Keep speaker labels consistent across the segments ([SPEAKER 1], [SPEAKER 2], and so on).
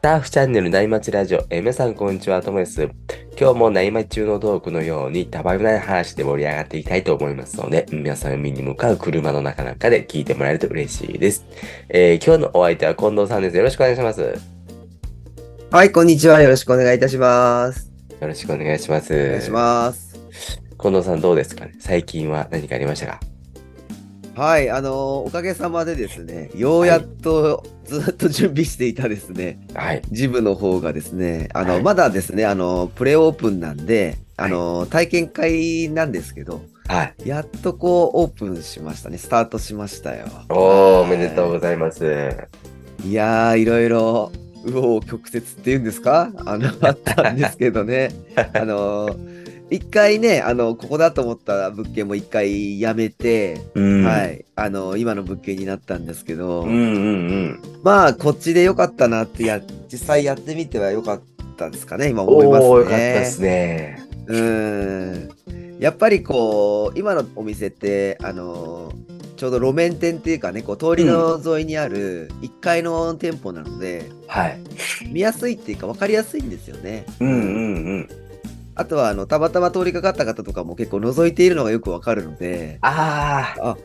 [SPEAKER 1] ターフチャンネル内町ラジオ、えー皆さんこんにちは、ともです。今日も内町中のトークのように、たわいのない話で盛り上がっていきたいと思いますので、皆さん海に向かう車の中なんかで聞いてもらえると嬉しいです。えー今日のお相手は近藤さんです。よろしくお願いします。よ
[SPEAKER 2] はい、こんにちは。よろしくお願いいたします。
[SPEAKER 1] ろしくお願いします。
[SPEAKER 2] お願いします。
[SPEAKER 1] 近藤さんどうですかね最近は何かありましたか
[SPEAKER 2] はい、あのーおかげさまでですね、ようやっとずっと準備していたですね、
[SPEAKER 1] はい。
[SPEAKER 2] ジムの方がですね、あの、
[SPEAKER 1] はい
[SPEAKER 2] まだですね、あのプレオープンなんで、あの体験会なんですけど、
[SPEAKER 1] はい。
[SPEAKER 2] やっとこうオープンしましたね、スタートしましたよ。
[SPEAKER 1] おー、おめでとうございます。
[SPEAKER 2] いやー、いろいろ、うおー曲折っていうんですかあ の、あったんですけどね。あのー、一回ね、あの、ここだと思った物件も一回やめて、
[SPEAKER 1] うん
[SPEAKER 2] は。い、あの、今の物件になったんですけど、
[SPEAKER 1] うんうんうん。
[SPEAKER 2] まあ、こっちでよかったなってや、実際やってみてはよかったですかね、今思いますね。
[SPEAKER 1] おー、よかったですね。
[SPEAKER 2] うーんやっぱりこう今のお店ってあのちょうど路面店っていうかねこう通りの沿いにある1階の店舗なので、
[SPEAKER 1] はい。
[SPEAKER 2] 見やすいっていうか分かりやすいんですよね。
[SPEAKER 1] うんうんうん。
[SPEAKER 2] あとはあのたまたま通りかかった方とかも結構覗いているのがよく分かるので
[SPEAKER 1] あ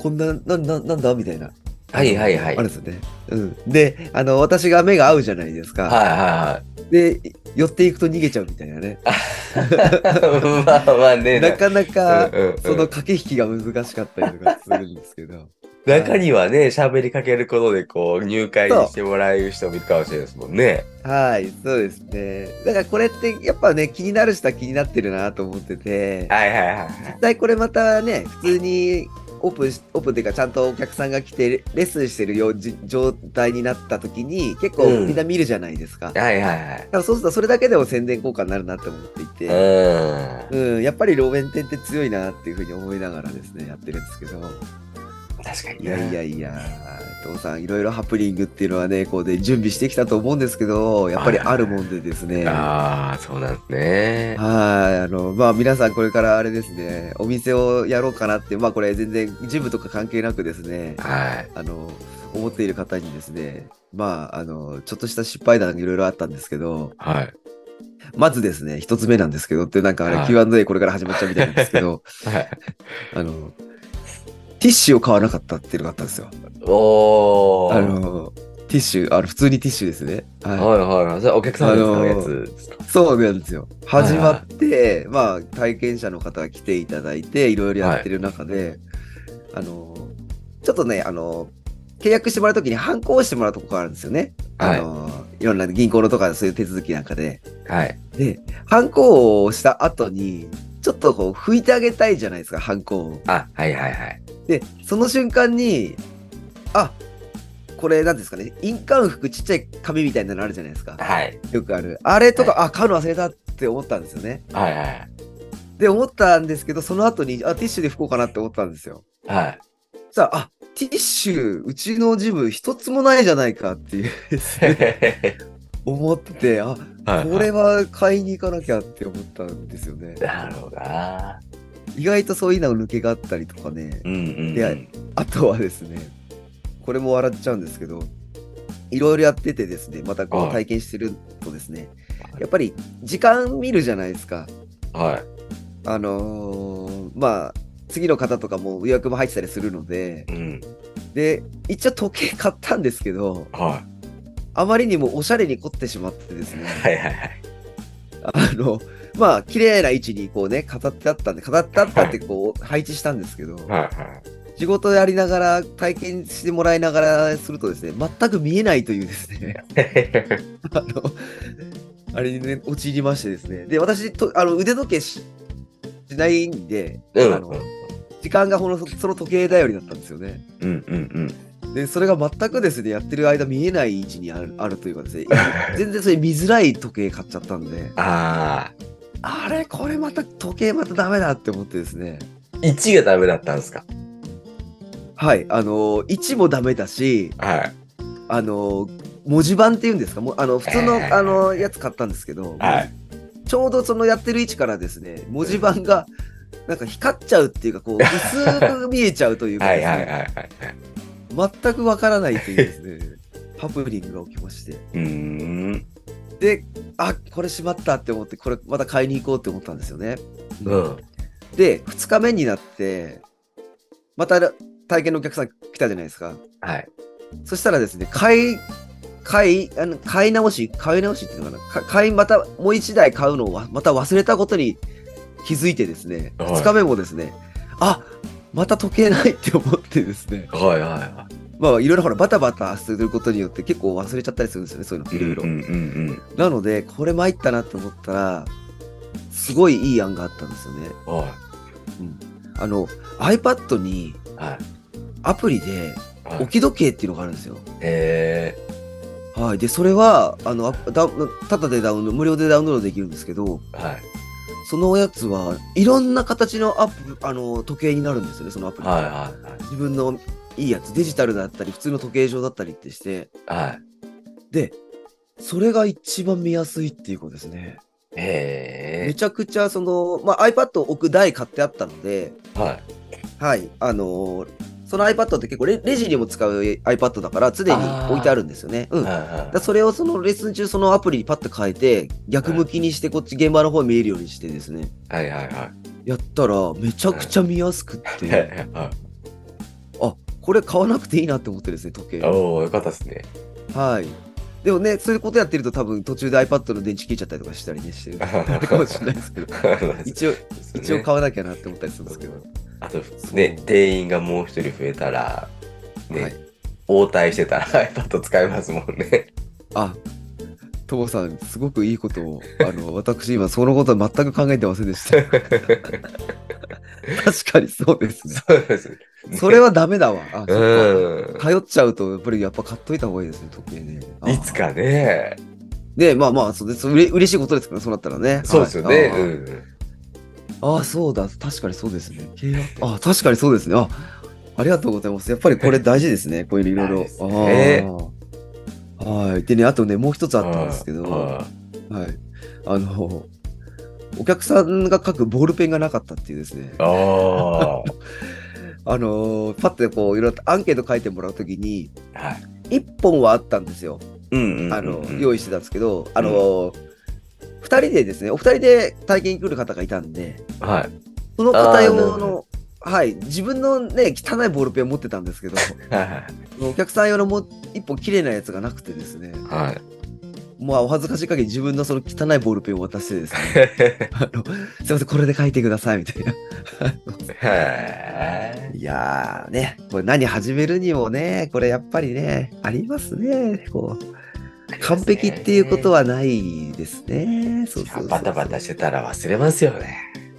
[SPEAKER 2] こんななななんだみたいな。
[SPEAKER 1] ー、はいはいはい。
[SPEAKER 2] あ
[SPEAKER 1] はい
[SPEAKER 2] るんですよね。うん、であの私が目が合うじゃないですか。
[SPEAKER 1] は
[SPEAKER 2] で寄っていくと逃げちゃうみたいなね。
[SPEAKER 1] いはい。 まあまあね。
[SPEAKER 2] なかなか
[SPEAKER 1] うんうんうん
[SPEAKER 2] その駆け引きが難しかったりとかするんですけど。
[SPEAKER 1] 中にはね、喋りかけることで、こう、入会してもらう人もいるかもしれないですもんね。
[SPEAKER 2] はい、そうですね。だからこれってやっぱね、気になる人は気になってるなと思ってて、
[SPEAKER 1] はいはいはい。
[SPEAKER 2] 実際これまたね、普通にオープンし、オープンっていうかちゃんとお客さんが来てレッスンしてるようじ状態になった時に結構
[SPEAKER 1] うん
[SPEAKER 2] みんな見るじゃないですか。だか
[SPEAKER 1] はいはいはい。
[SPEAKER 2] らそうするとそれだけでも宣伝効果になるなって思っていうて、
[SPEAKER 1] ーん。
[SPEAKER 2] うん、やっぱり路面店って強いなっていうふうに思いながらですね、やってるんですけど、
[SPEAKER 1] 確かに
[SPEAKER 2] い
[SPEAKER 1] ね。
[SPEAKER 2] やいやいや、父さんいろいろハプニングっていうのはね、こうで準備してきたと思うんですけど、やっぱりあるもんでですね。
[SPEAKER 1] ああ、そうなんですね。
[SPEAKER 2] はい、あの、まあ皆さんこれからあれですね、お店をやろうかなって、まあこれ全然ジムとか関係なくですね、
[SPEAKER 1] はい。
[SPEAKER 2] あの、思っている方にですね、まあ、あの、ちょっとした失敗談がいろいろあったんですけど、
[SPEAKER 1] はい。
[SPEAKER 2] まずですね、一つ目なんですけどって、なんかあ
[SPEAKER 1] は
[SPEAKER 2] れ
[SPEAKER 1] い
[SPEAKER 2] Q&A これから始まっちゃうみたいなんです けど、
[SPEAKER 1] はい。
[SPEAKER 2] あの、ティッシュを買わなかったっていうのがあったんですよ。
[SPEAKER 1] おー。
[SPEAKER 2] あの、ティッシュ、あの、普通にティッシュですね。はい。
[SPEAKER 1] はいはいはい。それお客さんのやつですか
[SPEAKER 2] そうなんですよ。
[SPEAKER 1] いはい
[SPEAKER 2] 始まって、まあ、体験者の方が来ていただいて、いろいろやってる中で、あの、ちょっとね、あの、契約してもらうときに、反抗してもらうとこがあるんですよね。
[SPEAKER 1] はい
[SPEAKER 2] あの、いろんな銀行のとか、そういう手続きなんかで。
[SPEAKER 1] はい。
[SPEAKER 2] で、反抗をした後に、ちょっとこう、拭いてあげたいじゃないですか、反抗を。
[SPEAKER 1] あ、はいはいはい。
[SPEAKER 2] で、その瞬間に、あこれ、なんですかね、印鑑服、ちっちゃい紙みたいなのあるじゃないですか。
[SPEAKER 1] はい。
[SPEAKER 2] よくある。あれとか、あ、買うの忘れたって思ったんですよね。
[SPEAKER 1] はいはい。
[SPEAKER 2] で、思ったんですけど、その後に、あ、ティッシュで拭こうかなって思ったんですよ。
[SPEAKER 1] はい。
[SPEAKER 2] そしたら、あ、ティッシュ、うちのジム一つもないじゃないかっていう 思ってて、あ、これは買いに行かなきゃって思ったんですよね。
[SPEAKER 1] なるほどな。
[SPEAKER 2] 意外とそういうの抜けがあったりとかね。
[SPEAKER 1] うんうんう
[SPEAKER 2] で
[SPEAKER 1] ん。
[SPEAKER 2] あとはですね、これも笑っちゃうんですけど、いろいろやっててですね、またこ
[SPEAKER 1] はいう
[SPEAKER 2] 体験してるとですね、やっぱり時間見るじゃないですか。
[SPEAKER 1] はい。
[SPEAKER 2] あのーまあ、次の方とかも予約も入ってたりするので、
[SPEAKER 1] うん。
[SPEAKER 2] で、一応時計買ったんですけど、
[SPEAKER 1] は
[SPEAKER 2] あまりにもおしゃれに凝ってしまってですね
[SPEAKER 1] い。、はいはいはい。
[SPEAKER 2] あの、まあ、綺麗な位置にこうね、飾ってあったんで、飾ってあったってこう、配置したんですけど、
[SPEAKER 1] はいはい。
[SPEAKER 2] 仕事やりながら、体験してもらいながらするとですね、全く見えないというですね、 あの、あれにね、陥りましてですね、で、私と、あの、腕時計ししないんで、
[SPEAKER 1] うん
[SPEAKER 2] あの、時間がほのその時計頼りだったんですよね。
[SPEAKER 1] うんうん
[SPEAKER 2] でそれが全くですねやってる間見えない位置にあるあ るというかですね全然それ見づらい時計買っちゃったんで
[SPEAKER 1] うん。ああ。
[SPEAKER 2] あれこれまた時計またダメだって思ってですね
[SPEAKER 1] 1がダメだったんですか
[SPEAKER 2] はいあのー位置もダメだし
[SPEAKER 1] はい。
[SPEAKER 2] あのー文字盤っていうんですかもうあの普通の、
[SPEAKER 1] えー
[SPEAKER 2] あのーやつ買ったんですけど、
[SPEAKER 1] はい。
[SPEAKER 2] ちょうどそのやってる位置からですね文字盤がなんか光っちゃうってい うかこう薄く見えちゃうというか
[SPEAKER 1] は
[SPEAKER 2] です
[SPEAKER 1] い
[SPEAKER 2] ね
[SPEAKER 1] はいはいはい。
[SPEAKER 2] 全くわからないというですねハプニングが起きまして。
[SPEAKER 1] うーん。
[SPEAKER 2] で、あこれしまったって思って、これまた買いに行こうって思ったんですよね。
[SPEAKER 1] うん。
[SPEAKER 2] で、2日目になって、また体験のお客さん来たじゃないですか。
[SPEAKER 1] はい。
[SPEAKER 2] そしたらですね、買い、買い、あの買い直し、買い直しっていうのかな、か買い、また、もう一台買うのをわまた忘れたことに気づいてですね、
[SPEAKER 1] はい
[SPEAKER 2] 2日目もですね、あまた時計ないって思ってですね、
[SPEAKER 1] はいはいは
[SPEAKER 2] まあ、いろいろほら、バタバタすることによって結構忘れちゃったりするんですよね、そういうの、
[SPEAKER 1] い。
[SPEAKER 2] いろいろ
[SPEAKER 1] う。んうん
[SPEAKER 2] なので、これ参ったなって思ったら、すごいいい案があったんですよね。
[SPEAKER 1] うん。は
[SPEAKER 2] あの、iPad に
[SPEAKER 1] い。はい。
[SPEAKER 2] アプリで
[SPEAKER 1] はい、
[SPEAKER 2] 置き時計っていうのがあるんですよ。
[SPEAKER 1] へ
[SPEAKER 2] はい、でそれはあのあダウンただでダウンロード無料でダウンロードできるんですけど
[SPEAKER 1] え。はい。
[SPEAKER 2] そのやつはいろんな形のアップあの時計になるんですよねそのアプリ、
[SPEAKER 1] はいはいはい。
[SPEAKER 2] 自分のいいやつデジタルだったり普通の時計上だったりってして
[SPEAKER 1] は
[SPEAKER 2] でそれが一番見やすいっていうことですね
[SPEAKER 1] い。
[SPEAKER 2] め
[SPEAKER 1] へ
[SPEAKER 2] ちゃくちゃその、まあ、iPad を置く台買ってあったので
[SPEAKER 1] え。はい。
[SPEAKER 2] はいあのーその iPad って結構レレジにも使う iPad だから常に置いてあるんですよねうん
[SPEAKER 1] はいは
[SPEAKER 2] だそれをそのレッスン中そのアプリにパッと変えて逆向きにしてこっち現場の方見えるようにしてですね
[SPEAKER 1] い。はいはいは
[SPEAKER 2] やったらめちゃくちゃ見やすくっ
[SPEAKER 1] い。
[SPEAKER 2] て
[SPEAKER 1] は
[SPEAKER 2] あこれ買わなくていいなって思ってですね時計
[SPEAKER 1] い。おお、よかったです ね。
[SPEAKER 2] はいでもねそういうことやってると多分途中で iPad の電池切れちゃったりとかしたりねしてるあるかもしれないで すけど一応一応
[SPEAKER 1] わ
[SPEAKER 2] 買わなきゃなって思ったりするんですけど、
[SPEAKER 1] あと、ね、店員がもう一人増えたら、ね、
[SPEAKER 2] はい
[SPEAKER 1] 応対してたら iPad 使えますもんね。
[SPEAKER 2] あともさんすごくいいことをあの 私今そのことは全く考えてませんでした 確かにそうですね
[SPEAKER 1] そうです。
[SPEAKER 2] それはダメだわあそっか
[SPEAKER 1] うん。
[SPEAKER 2] 頼っちゃうと、やっぱりやっぱ買っといた方がいいですね、時計ね。あー
[SPEAKER 1] いつ。かね。
[SPEAKER 2] で、まあまあ、そうです。うれ嬉しいことですから、そうなったらね。
[SPEAKER 1] そうですよね。
[SPEAKER 2] はいあ
[SPEAKER 1] う
[SPEAKER 2] ー
[SPEAKER 1] ん。
[SPEAKER 2] あー、そうだ。確かにそうですね。あー確かにそうですね。あありがとうございます。やっぱりこれ大事ですね。こういうのいろいろ。
[SPEAKER 1] 大事ですね
[SPEAKER 2] あーはい。でね、あとね、もう一つあったんですけど、は
[SPEAKER 1] あ
[SPEAKER 2] い。あの、お客さんが書くボールペンがなかったっていうですね。
[SPEAKER 1] あー。
[SPEAKER 2] あのーパッてこう、いろいろアンケート書いてもらうときに、
[SPEAKER 1] はい。
[SPEAKER 2] 一本はあったんですよ。
[SPEAKER 1] うんうんうんうん。
[SPEAKER 2] あの用意してたんですけど、あの2人でですね、お二人で体験に来る方がいたんで、
[SPEAKER 1] はい。
[SPEAKER 2] その方
[SPEAKER 1] あーなる
[SPEAKER 2] 用
[SPEAKER 1] ほど
[SPEAKER 2] の、はい、自分のね、汚いボールペン持ってたんです けど、
[SPEAKER 1] はいはい
[SPEAKER 2] お客さん用のも一本綺麗なやつがなくてですね、
[SPEAKER 1] はい。
[SPEAKER 2] まあ、お恥ずかしい限り自分のその汚いボールペンを渡してですね、
[SPEAKER 1] へ
[SPEAKER 2] あのすいません、これで書いてくださいみたいな。
[SPEAKER 1] え。
[SPEAKER 2] いやーね、これ何始めるにもね、これやっぱりね、ありますね、こう。完璧っていうことはないですね。そうそうそうそう
[SPEAKER 1] バタバタしてたら忘れますよね。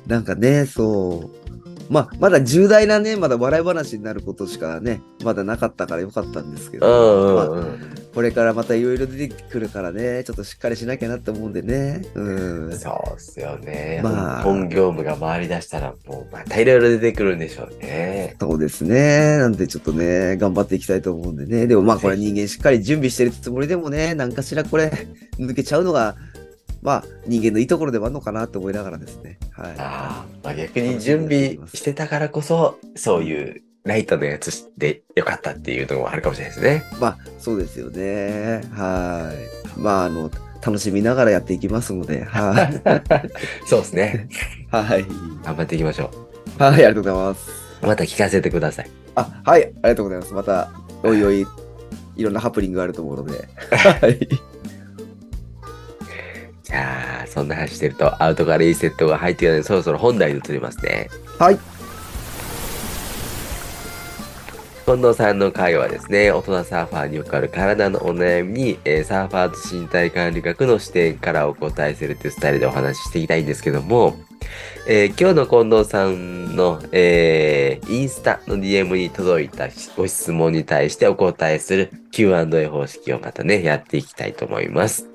[SPEAKER 2] なんかね、そう。まあ、まだ重大なね、まだ笑い話になることしかね、まだなかったからよかったんですけ
[SPEAKER 1] う
[SPEAKER 2] ど、
[SPEAKER 1] んうんうん。
[SPEAKER 2] これからまたいろいろ出てくるからね、ちょっとしっかりしなきゃなって思うんでね。うん。
[SPEAKER 1] そうっすよね。
[SPEAKER 2] まあ
[SPEAKER 1] 本業務が回り出したら、もうまたいろいろ出てくるんでしょうね。
[SPEAKER 2] そうですね。なんでちょっとね、頑張っていきたいと思うんでね。でもまあこれ人間しっかり準備してるつもりでもね、なんかしらこれ抜けちゃうのが、まあ人間のいいところでもあるのかなって思いながらですね。はい。
[SPEAKER 1] あーまあ、逆に準備してたからこそ、そういうライトのやつしてよかったっていうのもあるかもしれないです ね。
[SPEAKER 2] まあそうですよね。はい。まああの楽しみながらやっていきますので、 はい。
[SPEAKER 1] そうですね。
[SPEAKER 2] はい。
[SPEAKER 1] 頑張っていきましょ
[SPEAKER 2] はい、ありがとうございます。
[SPEAKER 1] う。また聞かせてください。
[SPEAKER 2] あ、はい、ありがとうございます。またおいおいいろんなハプニングがあると思うので、はい。
[SPEAKER 1] じゃあ、そんな話してると、アウトからいいセットが入ってきたので、そろそろ本題に移りますね。
[SPEAKER 2] はい。
[SPEAKER 1] 近藤さんの会はですね、大人サーファーによくある体のお悩みに、えーサーファーと身体管理学の視点からお答えするというスタイルでお話ししていきたいんですけども、えー今日の近藤さんの、えーインスタの DM に届いたご質問に対してお答えする Q&A 方式をまたね、やっていきたいと思います。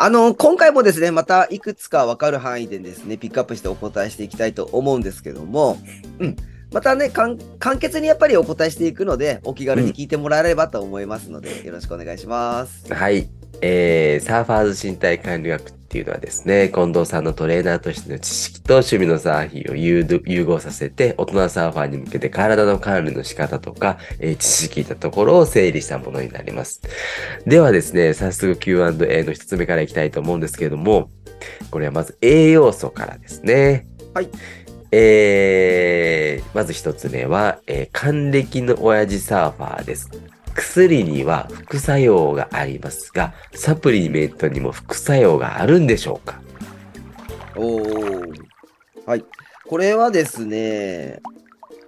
[SPEAKER 2] あの、今回もですね、またいくつかわかる範囲でですね、ピックアップしてお答えしていきたいと思うんですけども、うん。またね、かん簡潔にやっぱりお答えしていくので、お気軽に聞いてもらえればと思いますので、よろしくお願いします。
[SPEAKER 1] はい、えーサーファーズ身体管理学っていうのはですね、近藤さんのトレーナーとしての知識と趣味のサーフィンを融通融合させて、大人サーファーに向けて体の管理の仕方とか、えー知識だところを整理したものになります。ではですね、早速 Q&A の一つ目からいきたいと思うんですけれども、これはまず栄養素からですね。
[SPEAKER 2] はい。
[SPEAKER 1] えー、まず一つ目は、えー還暦の親父サーファーです。薬には副作用がありますが、サプリメントにも副作用があるんでしょうか
[SPEAKER 2] おお。はい。これはですね、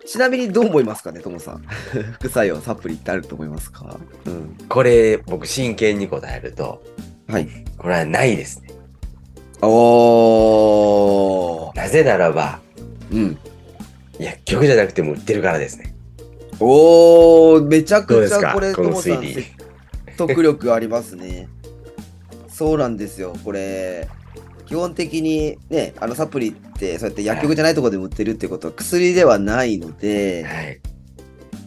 [SPEAKER 2] ちなみにどう思いますかね、ともさん。 副作用、サプリってあると思いますかうん。
[SPEAKER 1] これ、僕真剣に答えると、
[SPEAKER 2] はい。
[SPEAKER 1] これはないですね。
[SPEAKER 2] おー。
[SPEAKER 1] なぜならば、
[SPEAKER 2] うん。
[SPEAKER 1] 薬局じゃなくても売ってるからですね。
[SPEAKER 2] おー、めちゃ
[SPEAKER 1] どう
[SPEAKER 2] く
[SPEAKER 1] で
[SPEAKER 2] ち
[SPEAKER 1] す
[SPEAKER 2] ゃ
[SPEAKER 1] か
[SPEAKER 2] これ、
[SPEAKER 1] ことの
[SPEAKER 2] もさ
[SPEAKER 1] 推
[SPEAKER 2] ん、
[SPEAKER 1] 理
[SPEAKER 2] 説。得力ありますね。そうなんですよ、これ。基本的にね、あのサプリって、そうやって薬局じゃないところでも売ってるってことは薬ではないので、
[SPEAKER 1] はい。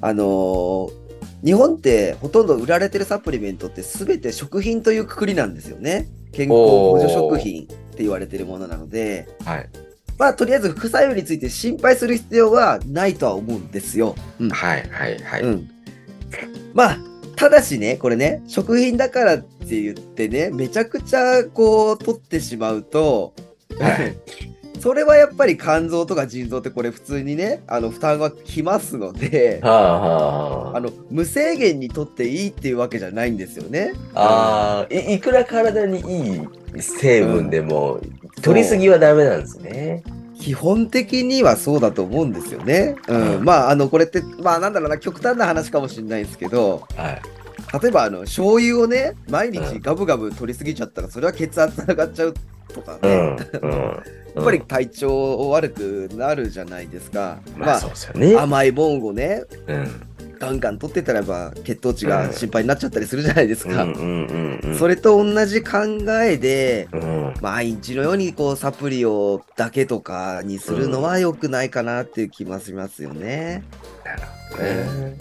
[SPEAKER 2] あのー日本ってほとんど売られてるサプリメントって全て食品というくくりなんですよね。健康補助食品って言われてるものなので、
[SPEAKER 1] はい。
[SPEAKER 2] まあとりあえず副作用について心配する必要はないとは思うんですよ。うん
[SPEAKER 1] はい。はい。はい。
[SPEAKER 2] うん、まあただしねこれね食品だからって言ってねめちゃくちゃこう取ってしまうと、
[SPEAKER 1] はい。
[SPEAKER 2] それはやっぱり肝臓とか腎臓ってこれ普通にねあの負担はきますので。
[SPEAKER 1] はあはあ
[SPEAKER 2] あの無制限にとっていいっていうわけじゃないんですよね。
[SPEAKER 1] あーいいくら体にいい成分でも、取りすぎはダメなんですね。
[SPEAKER 2] 基本的にはそうだと思うんですよね。うん
[SPEAKER 1] うん
[SPEAKER 2] まああのこれってまあなんだろうな極端な話かもしれないんですけど
[SPEAKER 1] はい、
[SPEAKER 2] 例えばあの醤油をね毎
[SPEAKER 1] う
[SPEAKER 2] 日
[SPEAKER 1] ん
[SPEAKER 2] ガブガブ取りすぎちゃったらそれは血圧上がっちゃうとか
[SPEAKER 1] う
[SPEAKER 2] ね、
[SPEAKER 1] ん
[SPEAKER 2] やっ
[SPEAKER 1] うん、
[SPEAKER 2] ぱり体調を悪くなるじゃないですか。
[SPEAKER 1] うん、ま
[SPEAKER 2] ま
[SPEAKER 1] あ
[SPEAKER 2] あ
[SPEAKER 1] そうですよね。
[SPEAKER 2] 甘いもんをね
[SPEAKER 1] うん
[SPEAKER 2] ガンガン取ってたらば血糖値
[SPEAKER 1] うん
[SPEAKER 2] が心配になっちゃったりするじゃないです
[SPEAKER 1] う
[SPEAKER 2] か。
[SPEAKER 1] んうんうんうん
[SPEAKER 2] それと同じ考えで
[SPEAKER 1] うん
[SPEAKER 2] 毎日のようにこうサプリをだけとかにするのは良くないかなっていう気もしますよね。
[SPEAKER 1] なるほどね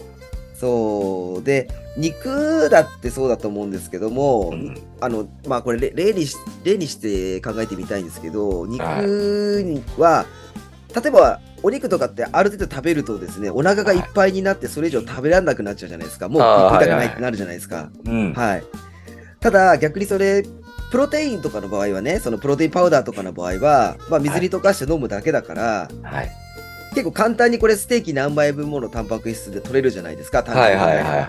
[SPEAKER 2] そうで肉だってそうだと思うんですけども、
[SPEAKER 1] うん
[SPEAKER 2] あのまあこれれ例にし例にして考えてみたいんですけど肉には、例えばお肉とかってある程度食べるとですねお腹がいっぱいになってそれ以上食べられなくなっちゃうじゃないですかもう
[SPEAKER 1] あー
[SPEAKER 2] 食いたく
[SPEAKER 1] は
[SPEAKER 2] ない
[SPEAKER 1] はい
[SPEAKER 2] いってなるじゃないですか。
[SPEAKER 1] うん
[SPEAKER 2] はい。ただ、逆にそれ、プロテインとかの場合はね、そのプロテインパウダーとかの場合は、まあ、水に溶かして飲むだけだから、
[SPEAKER 1] はい
[SPEAKER 2] 結構簡単にこれステーキ何杯分ものタンパク質で取れるじゃないですか、単
[SPEAKER 1] は
[SPEAKER 2] 純
[SPEAKER 1] い
[SPEAKER 2] に
[SPEAKER 1] はいはいはい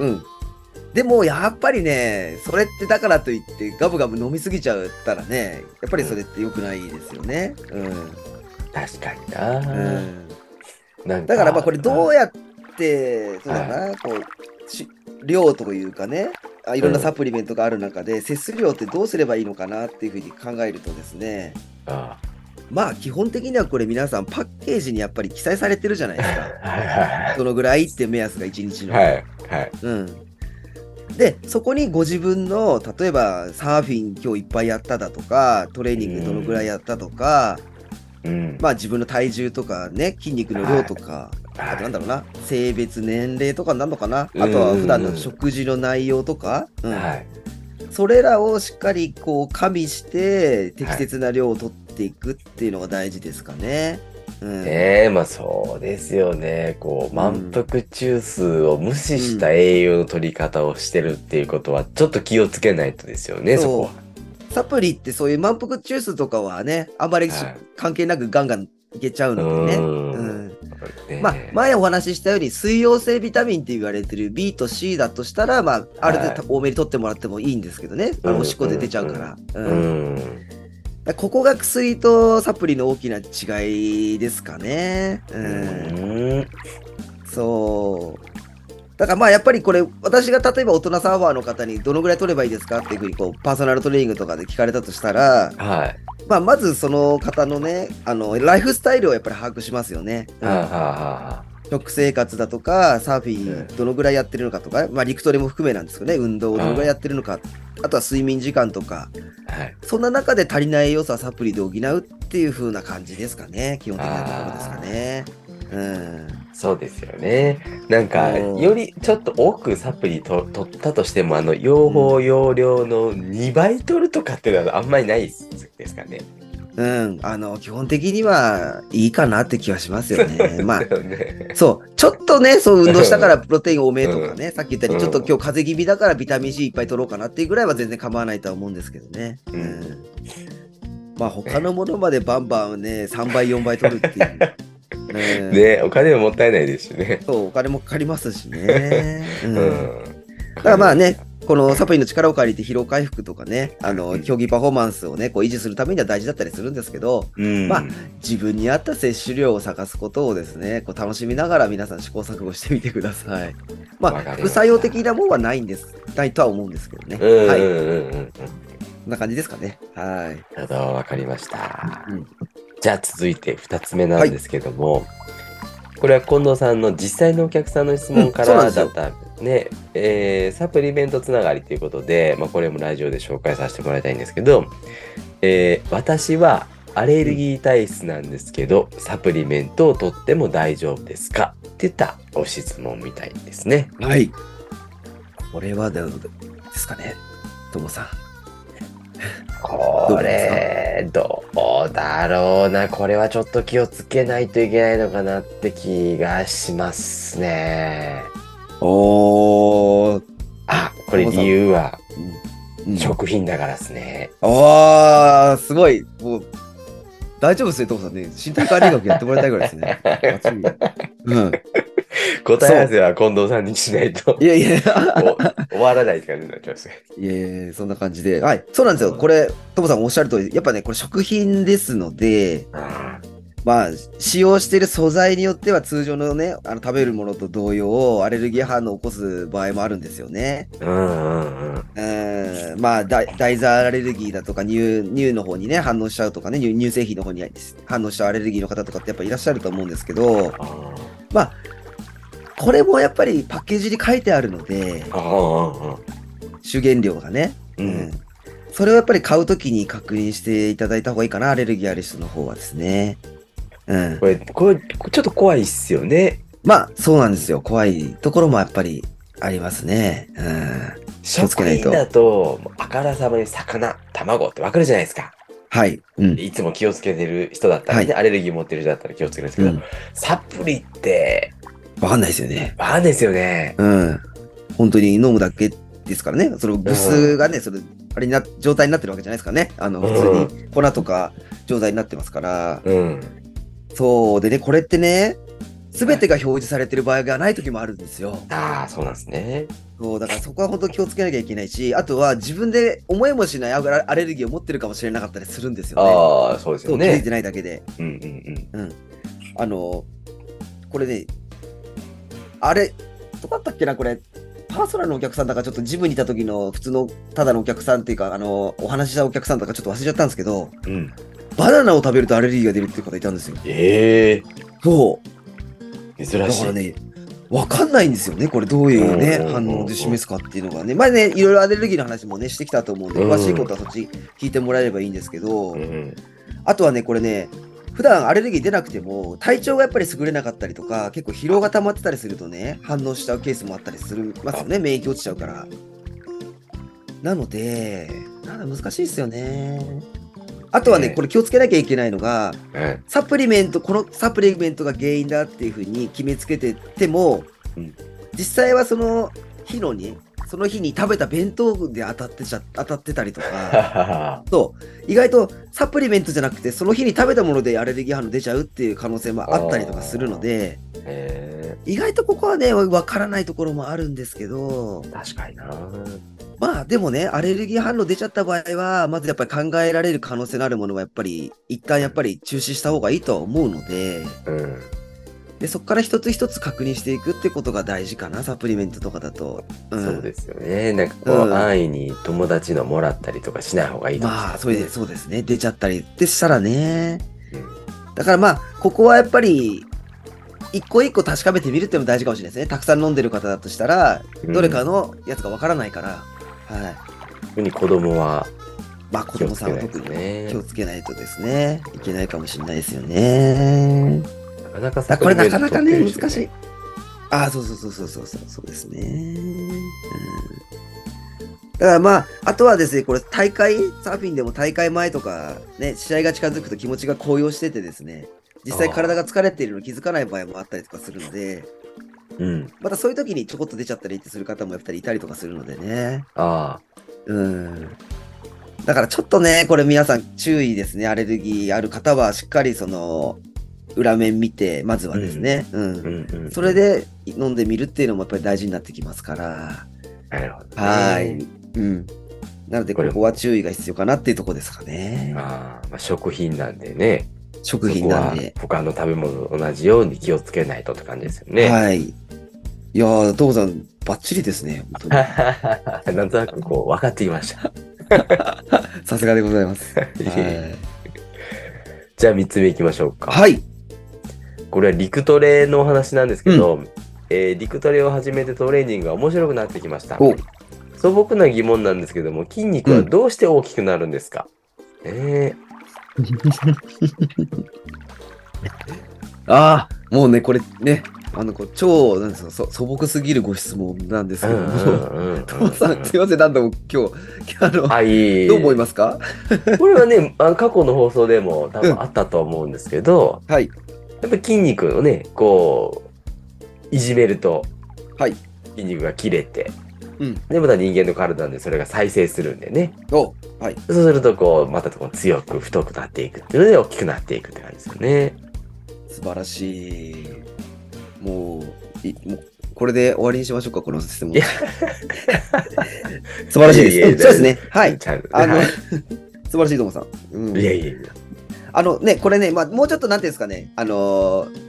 [SPEAKER 1] うん
[SPEAKER 2] うん。でも、やっぱりね、それってだからといって、ガブガブ飲みすぎちゃったらね、やっぱりそれって良くないですよね。うん。
[SPEAKER 1] 確かに
[SPEAKER 2] う
[SPEAKER 1] な,、
[SPEAKER 2] ん
[SPEAKER 1] なん
[SPEAKER 2] だからまあこれどう
[SPEAKER 1] や
[SPEAKER 2] やって、そうだな、こうし量というかねあ、いろんなサプリメントがある中で、摂取量ってどうすればいいのかなっていうふうに考えるとですね、
[SPEAKER 1] あ
[SPEAKER 2] まあ基本的にはこれ皆さんパッケージにやっぱり記載されてるじゃないですか。
[SPEAKER 1] あはいは
[SPEAKER 2] どのぐらいって目安が1日
[SPEAKER 1] い
[SPEAKER 2] の。
[SPEAKER 1] はいはい
[SPEAKER 2] うんでそこにご自分の例えばサーフィン今日いっぱいやっただとかトレーニングどのぐらいやったとか、
[SPEAKER 1] うん
[SPEAKER 2] まあ自分の体重とかね筋肉の量とか、あとなんだろうな、性別、年齢とかになるのかな、あとは普段の食事の内容とか、うん
[SPEAKER 1] はい
[SPEAKER 2] それらをしっかりこう加味して、適切な量を取っていくっていうのが大事ですかね。うん
[SPEAKER 1] ねえまあそうですよねこう
[SPEAKER 2] うん
[SPEAKER 1] 満腹中枢を無視した栄養の取り方をしてるっていうことはちょっと気をつけないとですよねそこは。
[SPEAKER 2] サプリってそういう満腹中枢とかはね、あんまりし
[SPEAKER 1] はい
[SPEAKER 2] 関係なくガンガンいけちゃうのでね。
[SPEAKER 1] う
[SPEAKER 2] うんん
[SPEAKER 1] ね
[SPEAKER 2] まあ、前お話ししたように水溶性ビタミンって言われてる B と C だとしたら、まあ、ある程度多めに取ってもらってもいいんですけどね、あ
[SPEAKER 1] うん
[SPEAKER 2] のおしっこで出ちゃうから。
[SPEAKER 1] う
[SPEAKER 2] うん
[SPEAKER 1] ん
[SPEAKER 2] だからここが薬とサプリの大きな違いですかね。う、
[SPEAKER 1] うんん
[SPEAKER 2] そう。だからまあやっぱりこれ私が例えば大人サーファーの方にどのぐらい取ればいいですかっていうふうにこうパーソナルトレーニングとかで聞かれたとしたら、
[SPEAKER 1] はい
[SPEAKER 2] まあ、まずその方のねあのライフスタイルをやっぱり把握しますよね、うん
[SPEAKER 1] はあはあは
[SPEAKER 2] 食生活だとかサーフ
[SPEAKER 1] う
[SPEAKER 2] ィ
[SPEAKER 1] ん
[SPEAKER 2] ンどのぐらいやってるのかとか、まあ、陸トレも含めなんですけどね運動をどのぐらいやってるのか、あとは睡眠時間とか
[SPEAKER 1] あはい
[SPEAKER 2] そんな中で足りない良さはサプリで補うっていう風な感じですかね、基本的なところですかね。うん。
[SPEAKER 1] そうですよね。なんか、
[SPEAKER 2] うん
[SPEAKER 1] よりちょっと多くサプリと取ったとしても、あの、用法用量の2倍取るとかっていうのはあんまりないですかね。
[SPEAKER 2] うん、あの、基本的にはいいかなって気はしますよね。まあ、
[SPEAKER 1] だよね
[SPEAKER 2] そう、ちょっとね、そう、運動したからプロテイン多めとかね、さっき言ったよう
[SPEAKER 1] うん
[SPEAKER 2] に、ちょっと今日風邪気味だからビタミン C いっぱい取ろうかなっていうぐらいは全然構わないとは思うんですけどね。
[SPEAKER 1] う
[SPEAKER 2] うんん。まあ、他のものまでバンバンね、3倍、4倍取るっ ていう うん。
[SPEAKER 1] ね、お金ももったいないですしね。
[SPEAKER 2] そう、お金もかかりますし ね。う。
[SPEAKER 1] うんん。だ
[SPEAKER 2] からまあね、このサプリの力を借りて疲労回復とかね、あの、競技パフォーマンスをね、こう維持するためには大事だったりするんですけど、
[SPEAKER 1] うん、
[SPEAKER 2] まあ自分に合った摂取量を探すことをですね、こう楽しみながら皆さん試行錯誤してみてくださ い。ま
[SPEAKER 1] わ
[SPEAKER 2] あ、
[SPEAKER 1] かりました
[SPEAKER 2] 副作用的なものはないんです、ないとは思うんですけどね。
[SPEAKER 1] うんうん
[SPEAKER 2] はい。こ
[SPEAKER 1] うんうん。
[SPEAKER 2] んな感じですかね。はい。
[SPEAKER 1] なるほど、わかりました。
[SPEAKER 2] うん
[SPEAKER 1] じゃあ続いて2つ目なんですけども、これは近藤さんの実際のお客さんの質問か
[SPEAKER 2] う
[SPEAKER 1] ら
[SPEAKER 2] んそ
[SPEAKER 1] だ
[SPEAKER 2] う
[SPEAKER 1] っ
[SPEAKER 2] なん
[SPEAKER 1] た、ねえーサプリメントつながりということで、まあ、これもラジオで紹介させてもらいたいんですけど、えー私はアレルギー体質なんですけど、サプリメントを取っても大丈夫ですかっていったご質問みたいですね。
[SPEAKER 2] はい。これはどうですかね、ともさん。
[SPEAKER 1] これどうだろうなこれはちょっと気をつけないといけないのかなって気がしますね
[SPEAKER 2] おー。
[SPEAKER 1] あこれ理由は
[SPEAKER 2] うんうん
[SPEAKER 1] 食品だからですね
[SPEAKER 2] あー、すごい。もう、大丈夫ですね、ともさんね。身体管理学やってもらいたいぐらいで すね。バッチリうん。
[SPEAKER 1] 答え合わせは近藤さんにしないと
[SPEAKER 2] いやいや。
[SPEAKER 1] お終わらない感じになっちゃいますね
[SPEAKER 2] いえいえ、そんな感じで。はい。そうなんですよ。これ、ともさんおっしゃる通り、やっぱね、これ食品ですので、まあ、使用している素材によっては通常のね、あの食べるものと同様、アレルギー反応を起こす場合もあるんですよね。
[SPEAKER 1] うんうんうん
[SPEAKER 2] うーん。まあ、だ大豆アレルギーだとか、乳、乳の方にね、反応しちゃうとかね、乳乳製品の方に反応しちゃうアレルギーの方とかってやっぱいらっしゃると思うんですけど、
[SPEAKER 1] あー
[SPEAKER 2] まあ、これもやっぱりパッケージに書いてあるので、
[SPEAKER 1] あー
[SPEAKER 2] 主原料がね。
[SPEAKER 1] うんうん
[SPEAKER 2] それをやっぱり買うときに確認していただいた方がいいかな、アレルギーある人の方はですね。うん
[SPEAKER 1] こ。れこれちょっと怖いっすよね
[SPEAKER 2] まあ、そうなんですよ。怖いところもやっぱりありますね。うん。をつけ
[SPEAKER 1] 食
[SPEAKER 2] ない
[SPEAKER 1] 品
[SPEAKER 2] と
[SPEAKER 1] だともうあからさまに魚卵ってわかるじゃないですか
[SPEAKER 2] はい。うん。
[SPEAKER 1] いつも気をつけてる人だったらね、アレルギー持ってる人だったら気をつけるんですけ
[SPEAKER 2] う
[SPEAKER 1] ど、
[SPEAKER 2] ん。
[SPEAKER 1] サプリって、
[SPEAKER 2] わかんないですよね。
[SPEAKER 1] ああですよね。
[SPEAKER 2] うん。本当に飲むだけですからね。その物質がね、それ、あれにな、状態になってるわけじゃないですからね。あの、
[SPEAKER 1] うん
[SPEAKER 2] 普通に粉とか状態になってますから。
[SPEAKER 1] うん。
[SPEAKER 2] そう。でね、これってね、すべてが表示されてる場合がない時もあるんですよ。
[SPEAKER 1] ああ、そうなんですね。
[SPEAKER 2] そうだからそこは本当気をつけなきゃいけないし、あとは自分で思いもしないアアレルギーを持ってるかもしれなかったりするんですよね。
[SPEAKER 1] ああ、そうです
[SPEAKER 2] そ
[SPEAKER 1] よ
[SPEAKER 2] う気づい
[SPEAKER 1] ね。
[SPEAKER 2] てないだけで。
[SPEAKER 1] うんうん
[SPEAKER 2] あの、これね、あれ、どこだったっけな、これ、パーソナルのお客さんだからちょっとジムにいた時の普通のただのお客さんっていうか、あの、お話ししたお客さんとかちょっと忘れちゃったんですけど、
[SPEAKER 1] うん。うん、
[SPEAKER 2] バナナを食べるとアレルギーが出るっていう方いたんですよ。
[SPEAKER 1] ええ
[SPEAKER 2] そう。
[SPEAKER 1] 珍
[SPEAKER 2] だ
[SPEAKER 1] し
[SPEAKER 2] か
[SPEAKER 1] い。
[SPEAKER 2] らね、わかんないんですよね、これ、どういうね
[SPEAKER 1] うんうん、うんうん
[SPEAKER 2] 反応で示すかっていうのがね。前ね、いろいろアレルギーの話もね、してきたと思うんで、
[SPEAKER 1] うん
[SPEAKER 2] 詳しいことはそっち聞いてもらえればいいんですけど
[SPEAKER 1] う、ん
[SPEAKER 2] あとはね、これね、普段アレルギー出なくても、体調がやっぱり優れなかったりとか、結構疲労が溜まってたりするとね、反応しちゃうケースもあったりするますよね、免疫落ちちゃうから。なので、なんだ難しいですよね。あとはね、
[SPEAKER 1] ね
[SPEAKER 2] これ気をつけなきゃいけないのが、
[SPEAKER 1] うん。
[SPEAKER 2] サプリメント、このサプリメントが原因だっていうふうに決めつけてても、
[SPEAKER 1] うん
[SPEAKER 2] 実際はその日のに、その日に食べた弁当で当たってちゃ当たってたりと
[SPEAKER 1] はは
[SPEAKER 2] か、
[SPEAKER 1] は
[SPEAKER 2] そう意外とサプリメントじゃなくて、その日に食べたものでアレルギー反応出ちゃうっていう可能性もあったりとかするので、
[SPEAKER 1] え
[SPEAKER 2] 意外とここはね、わからないところもあるんですけど、
[SPEAKER 1] え確かにな。
[SPEAKER 2] まあでもね、アレルギー反応出ちゃった場合は、まずやっぱり考えられる可能性のあるものはやっぱり、一旦やっぱり中止した方がいいとは思うので、
[SPEAKER 1] うん。
[SPEAKER 2] でそこから一つ一つ確認していくってことが大事かなサプリメントとかだと、うん、
[SPEAKER 1] そうですよね。なんかこう、
[SPEAKER 2] うん
[SPEAKER 1] 安易に友達のもらったりとかしない方がいいかもしれ
[SPEAKER 2] ま
[SPEAKER 1] な
[SPEAKER 2] あ
[SPEAKER 1] い
[SPEAKER 2] それでそうですね出ちゃったりでしたらね
[SPEAKER 1] うん
[SPEAKER 2] だからまあここはやっぱり一個一個確かめてみるっていうのも大事かもしれないですねたくさん飲んでる方だとしたら
[SPEAKER 1] うん
[SPEAKER 2] どれかのやつがわからないから、はい
[SPEAKER 1] 特に子供は
[SPEAKER 2] まあ子
[SPEAKER 1] 気を
[SPEAKER 2] 供
[SPEAKER 1] つ
[SPEAKER 2] さ
[SPEAKER 1] け
[SPEAKER 2] ん
[SPEAKER 1] な
[SPEAKER 2] はい
[SPEAKER 1] と
[SPEAKER 2] 特に
[SPEAKER 1] ね
[SPEAKER 2] 気を。つけないとですねいけないかもしれないですよね
[SPEAKER 1] なかなか
[SPEAKER 2] あこれなかなかね、
[SPEAKER 1] 得意
[SPEAKER 2] 難
[SPEAKER 1] じ
[SPEAKER 2] し。
[SPEAKER 1] ゃない
[SPEAKER 2] ああ、そうそうそうそうそうそう、そうですね。うんだからまあ、あとはですね、これ大会、サーフィンでも大会前とか、ね、試合が近づくと気持ちが高揚しててですね、実際
[SPEAKER 1] あー
[SPEAKER 2] 体が疲れているの気づかない場合もあったりとかするので、
[SPEAKER 1] うん。
[SPEAKER 2] またそういう時にちょこっと出ちゃったりってする方もやっぱりいたりとかするのでね。
[SPEAKER 1] あ
[SPEAKER 2] うん。だからちょっとね、これ皆さん注意ですね。アレルギーある方はしっかりその裏面見て、まずはですね。うん。
[SPEAKER 1] あ。うんうん。
[SPEAKER 2] それ。で飲んでみるっていうのもやっぱり大事になってきますから。
[SPEAKER 1] なるほどね。
[SPEAKER 2] はい。うん。なので、
[SPEAKER 1] こ
[SPEAKER 2] こ
[SPEAKER 1] れ
[SPEAKER 2] こは注意が必要かなっていうとこですかね。
[SPEAKER 1] あーまあ、食品なんでね。
[SPEAKER 2] 食品なんで。
[SPEAKER 1] そこは他の食べ物と同じように気をつけないとって感じですよね。
[SPEAKER 2] はい。いやー、父さん、バッチリですね。本当 に
[SPEAKER 1] なんとなくこう分かってきました。
[SPEAKER 2] さすがでございます。はい
[SPEAKER 1] じゃあ3つ目いきましょうか。
[SPEAKER 2] はい。
[SPEAKER 1] これは陸トレのお話なんですけど、えー陸トレを始めてトレーニングが面白くなってきました。
[SPEAKER 2] お
[SPEAKER 1] 素朴な疑問なんですけども、筋肉はどうして大きくなるんですか、え
[SPEAKER 2] ああ、もうね、これね、あの、こう超、なんですか、そ素朴すぎるご質問なんです
[SPEAKER 1] ー
[SPEAKER 2] けども。
[SPEAKER 1] うんうんうんうん
[SPEAKER 2] 父さ ん、すいません、何度も今日、あの、
[SPEAKER 1] あ、いい。
[SPEAKER 2] どう思いますすか
[SPEAKER 1] これはね、あの過去の放送でも多分あったと思うんですけど、
[SPEAKER 2] はい。
[SPEAKER 1] やっぱり筋肉をね、こう、いじめると、
[SPEAKER 2] はい
[SPEAKER 1] 筋肉が切れて、
[SPEAKER 2] うん。
[SPEAKER 1] で、また人間の体なんでそれが再生するんでね。
[SPEAKER 2] おはい。
[SPEAKER 1] そうすると、こう、またこう強く太くなっていくっていうので、大きくなっていくって感じですよね。
[SPEAKER 2] 素晴らしい。もう、いもうこれで終わりにしましょうか、この質問
[SPEAKER 1] いや。
[SPEAKER 2] 素晴らしいです
[SPEAKER 1] いやいや
[SPEAKER 2] うん。そうですね。はい。
[SPEAKER 1] ちゃんとね
[SPEAKER 2] あの、
[SPEAKER 1] は
[SPEAKER 2] 素晴らしいともさん。うん
[SPEAKER 1] い、いやいやいや。
[SPEAKER 2] あのね、これね、まあ、もうちょっとなんていうんですかね、あのー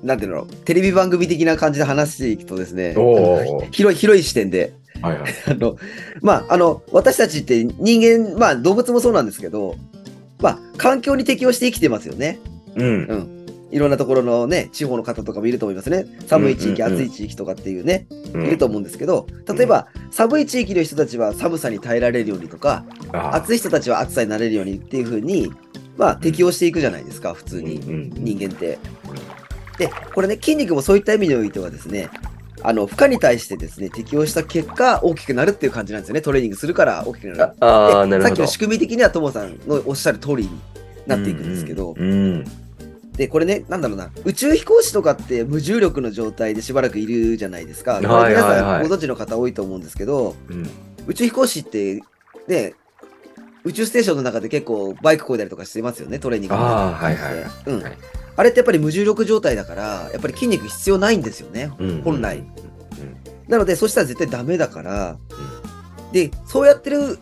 [SPEAKER 2] なんていうの、テレビ番組的な感じで話していくとですね、
[SPEAKER 1] おー
[SPEAKER 2] 広い、広い視点で、
[SPEAKER 1] はいはい。
[SPEAKER 2] あの、まあ、あの、私たちって人間、まあ、動物もそうなんですけど、まあ、環境に適応して生きてますよね。
[SPEAKER 1] うん。
[SPEAKER 2] いろんなところのね、地方の方とかもいると思いますね。寒い地域、
[SPEAKER 1] うんうんうん
[SPEAKER 2] 暑い地域とかっていうね、
[SPEAKER 1] う
[SPEAKER 2] いると思うんですけど、例えば、寒い地域の人たちは寒さに耐えられるようにとか、
[SPEAKER 1] 暑
[SPEAKER 2] 暑い人たちは暑さになれるようにっていうふうに、まあ、適応していくじゃないですか、普通に、人間って。で、これね、筋肉もそういった意味においてはですね、あの負荷に対してですね、適応した結果、大きくなるっていう感じなんですよね。トレーニングするから大きくなる。
[SPEAKER 1] ああ、
[SPEAKER 2] で
[SPEAKER 1] なる
[SPEAKER 2] さ
[SPEAKER 1] ほ
[SPEAKER 2] っ
[SPEAKER 1] ど。
[SPEAKER 2] きの仕組み的には、ともさんのおっしゃる通りになっていくんですけど、
[SPEAKER 1] うんうん。
[SPEAKER 2] で、これね、なんだろうな、宇宙飛行士とかって無重力の状態でしばらくいるじゃないですか。
[SPEAKER 1] いはいはい
[SPEAKER 2] これ皆さんご存知の方多いと思うんですけど、
[SPEAKER 1] うん
[SPEAKER 2] 宇宙飛行士って、ね、宇宙ステーションの中で結構バイクこいだりとかしてますよね、トレーニングみたいな感じで
[SPEAKER 1] あーはいはい
[SPEAKER 2] うん
[SPEAKER 1] はい
[SPEAKER 2] あれってやっぱり無重力状態だから、やっぱり筋肉必要ないんですよね。
[SPEAKER 1] うん
[SPEAKER 2] 本来。なので、そしたら絶対ダメだから、で、そうやってる、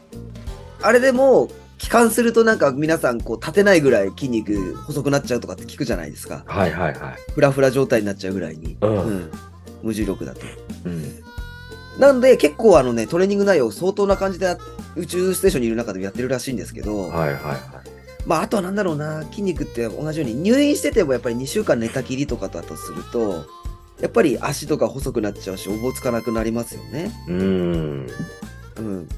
[SPEAKER 2] あれでも、帰還するとなんか皆さんこう立てないぐらい筋肉細くなっちゃうとかって聞くじゃないですか。
[SPEAKER 1] はいはいはい。
[SPEAKER 2] フラフラ状態になっちゃうぐらいに、
[SPEAKER 1] うん
[SPEAKER 2] ん無重力だと。
[SPEAKER 1] うん
[SPEAKER 2] なんで結構あのねトレーニング内容相当な感じで宇宙ステーションにいる中でもやってるらしいんですけ
[SPEAKER 1] はい
[SPEAKER 2] ど、
[SPEAKER 1] はいはい。
[SPEAKER 2] まああとはなんだろうな筋肉って同じように入院しててもやっぱり2週間寝たきりとかだとするとやっぱり足とか細くなっちゃうしおぼつかなくなりますよね。
[SPEAKER 1] うん。
[SPEAKER 2] うん、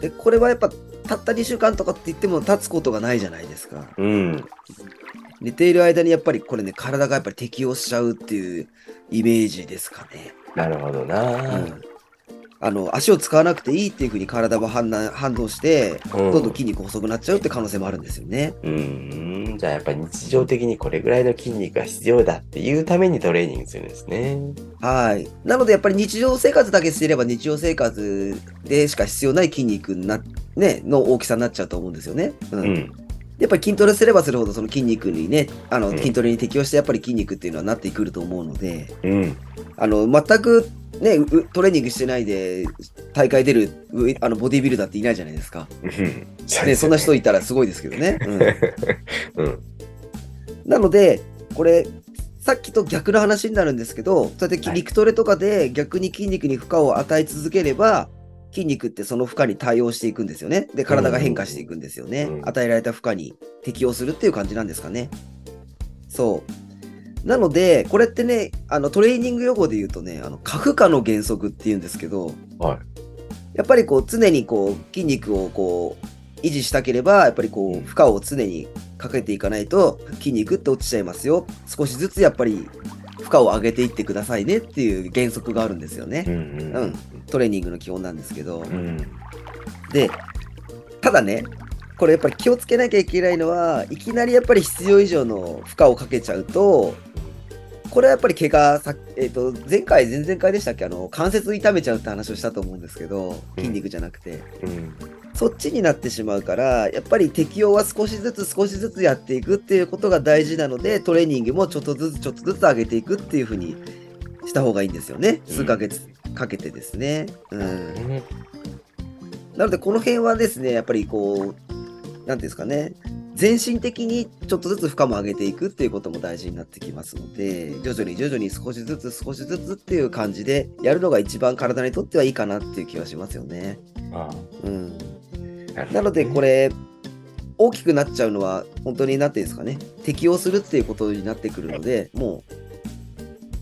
[SPEAKER 2] でこれはやっぱたった2週間とかって言っても立つことがないじゃないですか。
[SPEAKER 1] うん。
[SPEAKER 2] 寝ている間にやっぱりこれね体がやっぱり適応しちゃうっていうイメージですかね。
[SPEAKER 1] なるほどな。
[SPEAKER 2] うんあの足を使わなくていいっていうふうに体は判断反応して、
[SPEAKER 1] うん
[SPEAKER 2] どんどん筋肉細くなっちゃうって可能性もあるんですよね。
[SPEAKER 1] うん。じゃあやっぱり日常的にこれぐらいの筋肉が必要だっていうためにトレーニングするんですね。
[SPEAKER 2] はい。なのでやっぱり日常生活だけしていれば日常生活でしか必要ない筋肉にな、ね、の大きさになっちゃうと思うんですよね。うん。
[SPEAKER 1] うん。
[SPEAKER 2] やっぱり筋トレすればするほどその筋肉にね、あの
[SPEAKER 1] うん
[SPEAKER 2] 筋トレに適応してやっぱり筋肉っていうのはなってくると思うので、
[SPEAKER 1] うん。
[SPEAKER 2] あの全くね、うトレーニングしてないで大会出るうあのボディービルダーっていないじゃないですか。ね、そんな人いたらすごいですけどね。うん
[SPEAKER 1] うん。
[SPEAKER 2] なので、これ、さっきと逆の話になるんですけど、そうやって
[SPEAKER 1] はい
[SPEAKER 2] 陸トレとかで逆に筋肉に負荷を与え続ければ、筋肉ってその負荷に対応していくんですよね。で、体が変化していくんですよね。
[SPEAKER 1] うん
[SPEAKER 2] 与えられた負荷に適応するっていう感じなんですかね。そう。なので、これってね、あのトレーニング用語で言うとね、あの過負荷の原則っていうんですけど、
[SPEAKER 1] はい。
[SPEAKER 2] やっぱりこう常にこう筋肉をこう維持したければ、やっぱりこう、負荷を常にかけていかないと、筋肉って落ちちゃいますよ。少しずつやっぱり、負荷を上げていってくださいねっていう原則があるんですよね。
[SPEAKER 1] んうん
[SPEAKER 2] うん。トレーニングの基本なんですけど。
[SPEAKER 1] うん
[SPEAKER 2] で、ただね、これやっぱり気をつけなきゃいけないのは、いきなりやっぱり必要以上の負荷をかけちゃうと、これはやっぱり怪我さ、えっと前回、前々回でしたっけあの関節痛めちゃうって話をしたと思うんですけど
[SPEAKER 1] うん
[SPEAKER 2] 筋肉じゃなくて、
[SPEAKER 1] うん
[SPEAKER 2] そっちになってしまうからやっぱり適応は少しずつ少しずつやっていくっていうことが大事なのでトレーニングもちょっとずつちょっとずつ上げていくっていうふうにした方がいいんですよね数ヶ月かけてですね。うん
[SPEAKER 1] ね
[SPEAKER 2] なので、この辺はですね、やっぱりこう、なんていうんですかね、全身的にちょっとずつ負荷も上げていくっていうことも大事になってきますので、徐々に徐々に少しずつ少しずつっていう感じでやるのが一番体にとってはいいかなっていう気はしますよね。
[SPEAKER 1] あ
[SPEAKER 2] うん。
[SPEAKER 1] あ
[SPEAKER 2] なので、こ
[SPEAKER 1] れ
[SPEAKER 2] れ、大きくなっちゃうのは、本当になんていうんですかね、適応するっていうことになってくるので、もう、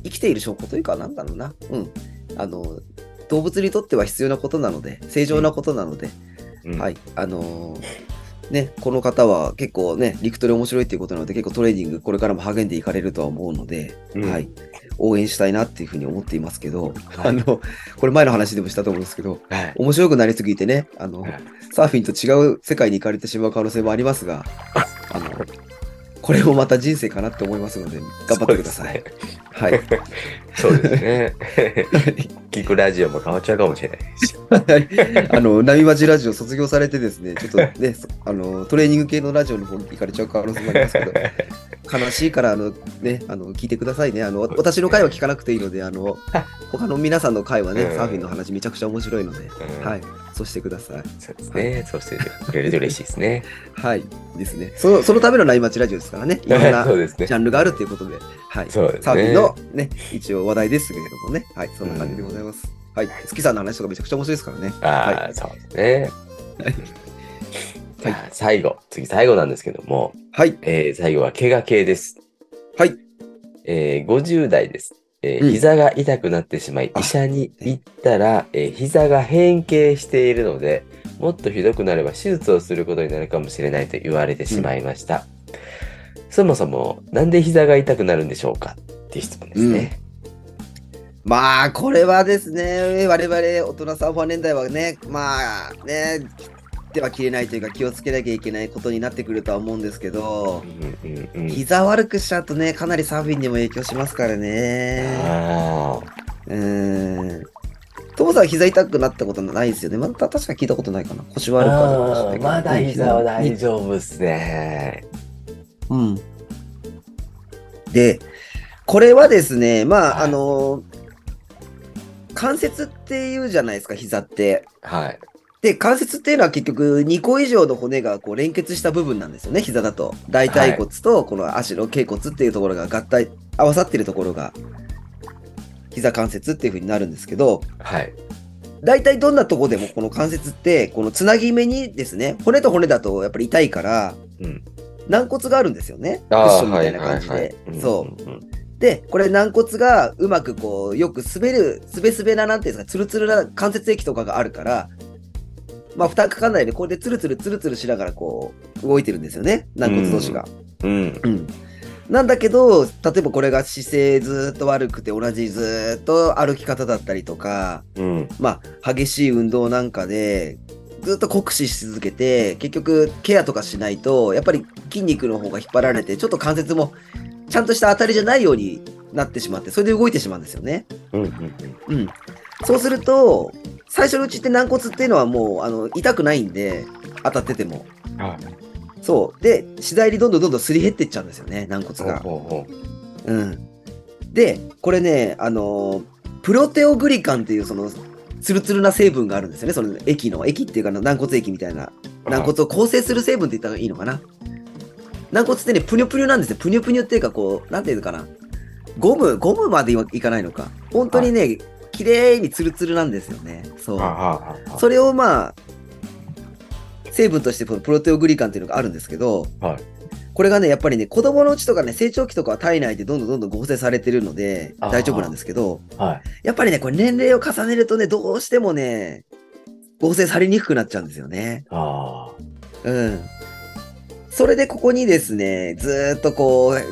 [SPEAKER 2] 生きている証拠というか、なんだろうな、うん。あの、動物にとっては必要なことなので、正常なことなので、はいい、あのーね、この方は結構ね、陸トレ面白いっていうことなので、結構トレーニングこれからも励んでいかれるとは思うので、はい、応援したいなっていうふうに思っていますけど、
[SPEAKER 1] はい
[SPEAKER 2] あの、これ前の話でもしたと思うんですけど、
[SPEAKER 1] はい
[SPEAKER 2] 面白くなりすぎてね、あの、
[SPEAKER 1] はい
[SPEAKER 2] サーフィンと違う世界に行かれてしまう可能性もありますが、あの、これもまた人生かなって思いますので、頑張ってください。はい。
[SPEAKER 1] そうですね 聞くラジオも変わっちゃうかもしれないし
[SPEAKER 2] あの、波町ラジオ卒業されてですね、ちょっとね、そあの、トレーニング系のラジオの方に行かれちゃう可能性もあります けど、悲しいから、あの、ね、あの、聞いてくださいね。あの、
[SPEAKER 1] そうですね
[SPEAKER 2] 私の回は聞かなくていいので、あの、他の皆さんの回はね、
[SPEAKER 1] うん
[SPEAKER 2] サーフィンの話めちゃくちゃ面白いので、
[SPEAKER 1] うん
[SPEAKER 2] はい、そうしてください。
[SPEAKER 1] そうですねそうしてくれると嬉しいですね
[SPEAKER 2] はい、ですね。その、そのための波町ラジオですからね、いろん な
[SPEAKER 1] そうですね
[SPEAKER 2] ジャンルがあるということで、はい、
[SPEAKER 1] そうですね
[SPEAKER 2] サーフィンのね、一応話題ですけれどもね、はい、そんな感じでございます。はい、月さんの話とかめちゃくちゃ面白いですからね。
[SPEAKER 1] ああ、そうですね。じゃあ最後、次最後なんですけども、
[SPEAKER 2] はい、
[SPEAKER 1] えー最後は怪我系です。
[SPEAKER 2] はい。
[SPEAKER 1] えー50代です。えー
[SPEAKER 2] うん
[SPEAKER 1] 膝が痛くなってしまい、
[SPEAKER 2] あ
[SPEAKER 1] 医者に行ったら、えー膝が変形しているので、もっとひどくなれば手術をすることになるかもしれないと言われてしまいました。そもそも、なんで膝が痛くなるんでしょうかっていう質問ですね。
[SPEAKER 2] まあこれはですね我々大人サーファー年代はねまあね切っては切れないというか気をつけなきゃいけないことになってくるとは思うんですけど
[SPEAKER 1] うんうんうん
[SPEAKER 2] 膝悪くしちゃうとねかなりサーフィンにも影響しますからね
[SPEAKER 1] あー
[SPEAKER 2] うーんトモさん膝痛くなったことないですよねまだ確か聞いたことないかな腰悪くはなった
[SPEAKER 1] あー。まだ膝は大丈夫ですね。
[SPEAKER 2] うん。で、これはですね、ま
[SPEAKER 1] は
[SPEAKER 2] あ、
[SPEAKER 1] い
[SPEAKER 2] あの関節っていうじゃないですか、膝って。
[SPEAKER 1] はい。
[SPEAKER 2] で、関節っていうのは結局2個以上の骨がこう連結した部分なんですよね、膝だと。大腿骨とこの足の脛骨っていうところが合体、合わさってるところが、膝関節っていう風になるんですけど、
[SPEAKER 1] はい。
[SPEAKER 2] 大体どんなとこでもこの関節って、このつなぎ目にですね、骨と骨だとやっぱり痛いから、
[SPEAKER 1] うん。
[SPEAKER 2] 軟骨があるんですよね。ク
[SPEAKER 1] あー
[SPEAKER 2] ッションみたいな感じ
[SPEAKER 1] はいはい
[SPEAKER 2] で
[SPEAKER 1] は。い
[SPEAKER 2] そう。
[SPEAKER 1] うんうんうん
[SPEAKER 2] で、これ軟骨がうまくこう、よく滑る、すべすべななんていうんですか、ツルツルな関節液とかがあるから、まあ負担かかんないで、これでツルツルツルツルしながらこう、動いてるんですよね、軟骨同士が。
[SPEAKER 1] うん。
[SPEAKER 2] うんなんだけど、例えばこれが姿勢ずーっと悪くて、同じずーっと歩き方だったりとか、
[SPEAKER 1] うん。
[SPEAKER 2] まあ激しい運動なんかで、ずっと酷使し続けて、結局ケアとかしないと、やっぱり筋肉の方が引っ張られて、ちょっと関節もちゃんとした当たりじゃないようになってしまって、それで動いてしまうんですよね。
[SPEAKER 1] うん。うん
[SPEAKER 2] うん。そうすると、最初のうちって軟骨っていうのはもうあの痛くないんで、当たってても。
[SPEAKER 1] は
[SPEAKER 2] そう。で、次第にどんどんどんどんすり減っていっちゃうんですよね、軟骨
[SPEAKER 1] い。
[SPEAKER 2] が。
[SPEAKER 1] ほうほうほ
[SPEAKER 2] うん。で、これね、あのープロテオグリカンっていうその、ツルツルな成分があるんですよね。その液の、液っていうかな軟骨液みたいな。
[SPEAKER 1] う
[SPEAKER 2] 軟骨を構成する成分って言ったらいいのかな。軟骨ってね、ぷにゅぷにゅなんですよ。ぷにゅぷにゅっていうか、こう、なんていうのかな。ゴム、ゴムまではいかないのか。本当にね、綺麗にツルツルなんですよね。そう。
[SPEAKER 1] はあはあはあはあ
[SPEAKER 2] それをまあ、成分としてこのプロテオグリカンっていうのがあるんですけど、
[SPEAKER 1] はい
[SPEAKER 2] これがね、やっぱりね、子供のうちとかね、成長期とかは体内でどんどんどんどん合成されてるので、
[SPEAKER 1] あー
[SPEAKER 2] 大丈夫なんですけど、
[SPEAKER 1] はい。
[SPEAKER 2] やっぱりね、これ年齢を重ねるとね、どうしてもね、合成されにくくなっちゃうんですよね。
[SPEAKER 1] ああ。
[SPEAKER 2] うん。それでここにですね、ずーっとこう、違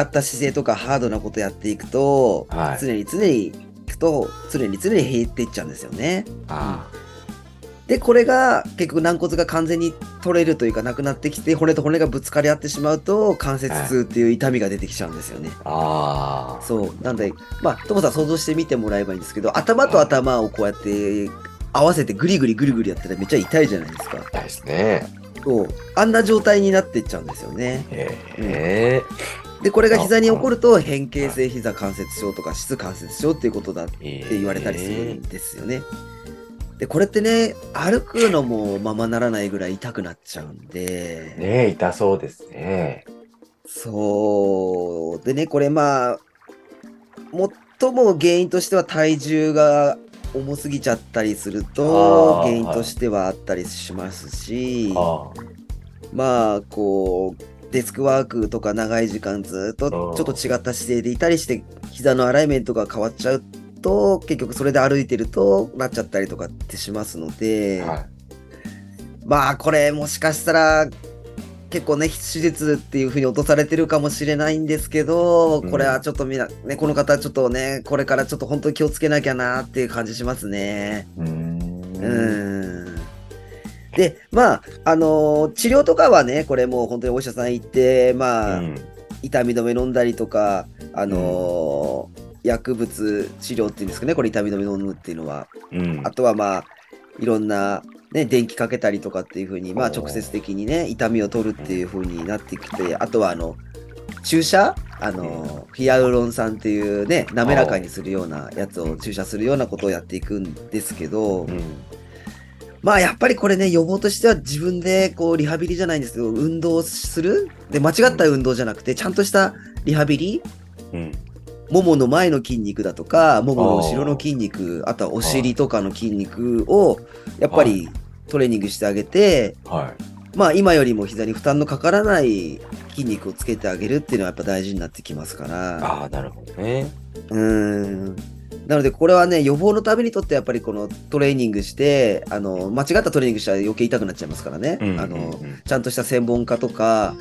[SPEAKER 2] った姿勢とかハードなことやっていくと、
[SPEAKER 1] はい
[SPEAKER 2] 常に常にいくと、常に常に減っていっちゃうんですよね。
[SPEAKER 1] あ
[SPEAKER 2] で、これが結局軟骨が完全に取れるというかなくなってきて、骨と骨がぶつかり合ってしまうと、関節痛っていう痛みが出てきちゃうんですよね。
[SPEAKER 1] あ。ああ。
[SPEAKER 2] そう。なんで、まあ、ともさん想像してみてもらえばいいんですけど、頭と頭をこうやって合わせてグリグリグリグリやったらめっちゃ痛いじゃないですか。
[SPEAKER 1] 痛いですね。
[SPEAKER 2] そう。あんな状態になっていっちゃうんですよね。
[SPEAKER 1] ええ
[SPEAKER 2] で、これが膝に起こると、変形性膝関節症とか、質関節症っていうことだって言われたりするんですよね。で、これってね、歩くのもままならないぐらい痛くなっちゃうんで、
[SPEAKER 1] ねえ、痛そうですね。
[SPEAKER 2] そう。でね、これまあ、最も原因としては体重が重すぎちゃったりすると
[SPEAKER 1] あ、ー
[SPEAKER 2] 原因としてはあったりしますし、
[SPEAKER 1] あ
[SPEAKER 2] まあこうデスクワークとか長い時間ずっとちょっと違った姿勢でいたりして膝のアライメントが変わっちゃうと結局それで歩いてるとなっちゃったりとかってしますの
[SPEAKER 1] あ。
[SPEAKER 2] で、
[SPEAKER 1] はい。
[SPEAKER 2] まあこれもしかしたら結構ね手術っていうふうに落とされてるかもしれないんですけどこれはちょっとみんな、ね、この方ちょっとねこれからちょっと本当に気をつけなきゃなっていう感じしますね。
[SPEAKER 1] うーん。
[SPEAKER 2] うんで、まあ、あのー治療とかはね、これもう本当にお医者さん行って、まあ、
[SPEAKER 1] うん
[SPEAKER 2] 痛み止め飲んだりとか、あのー薬物治療っていうんですかね、これ痛み止め飲むっていうのは。
[SPEAKER 1] うん
[SPEAKER 2] あとはまあ、いろんな、ね、電気かけたりとかっていうふうに、まあ、
[SPEAKER 1] おー
[SPEAKER 2] 直接的にね、痛みを取るっていうふうになってきて、あとは、あの、注射あのー、ヒアルロン酸っていうね、滑らかにするようなやつを注射するようなことをやっていくんですけど、
[SPEAKER 1] うん
[SPEAKER 2] まあやっぱりこれね予防としては自分でこうリハビリじゃないんですけど運動をするで間違った運動じゃなくてちゃんとしたリハビリ
[SPEAKER 1] うん。
[SPEAKER 2] ももの前の筋肉だとかももの後ろの筋肉あとはお尻とかの筋肉をやっぱりトレーニングしてあげて
[SPEAKER 1] はい。
[SPEAKER 2] まあ今よりも膝に負担のかからない筋肉をつけてあげるっていうのはやっぱ大事になってきますから。
[SPEAKER 1] ああ、なるほどね。
[SPEAKER 2] うーんなのでこれはね予防のためにとってやっぱりこのトレーニングしてあの間違ったトレーニングしたら余計痛くなっちゃいますからね、
[SPEAKER 1] うん
[SPEAKER 2] あ
[SPEAKER 1] うん
[SPEAKER 2] の
[SPEAKER 1] うん
[SPEAKER 2] ちゃんとした専門家とか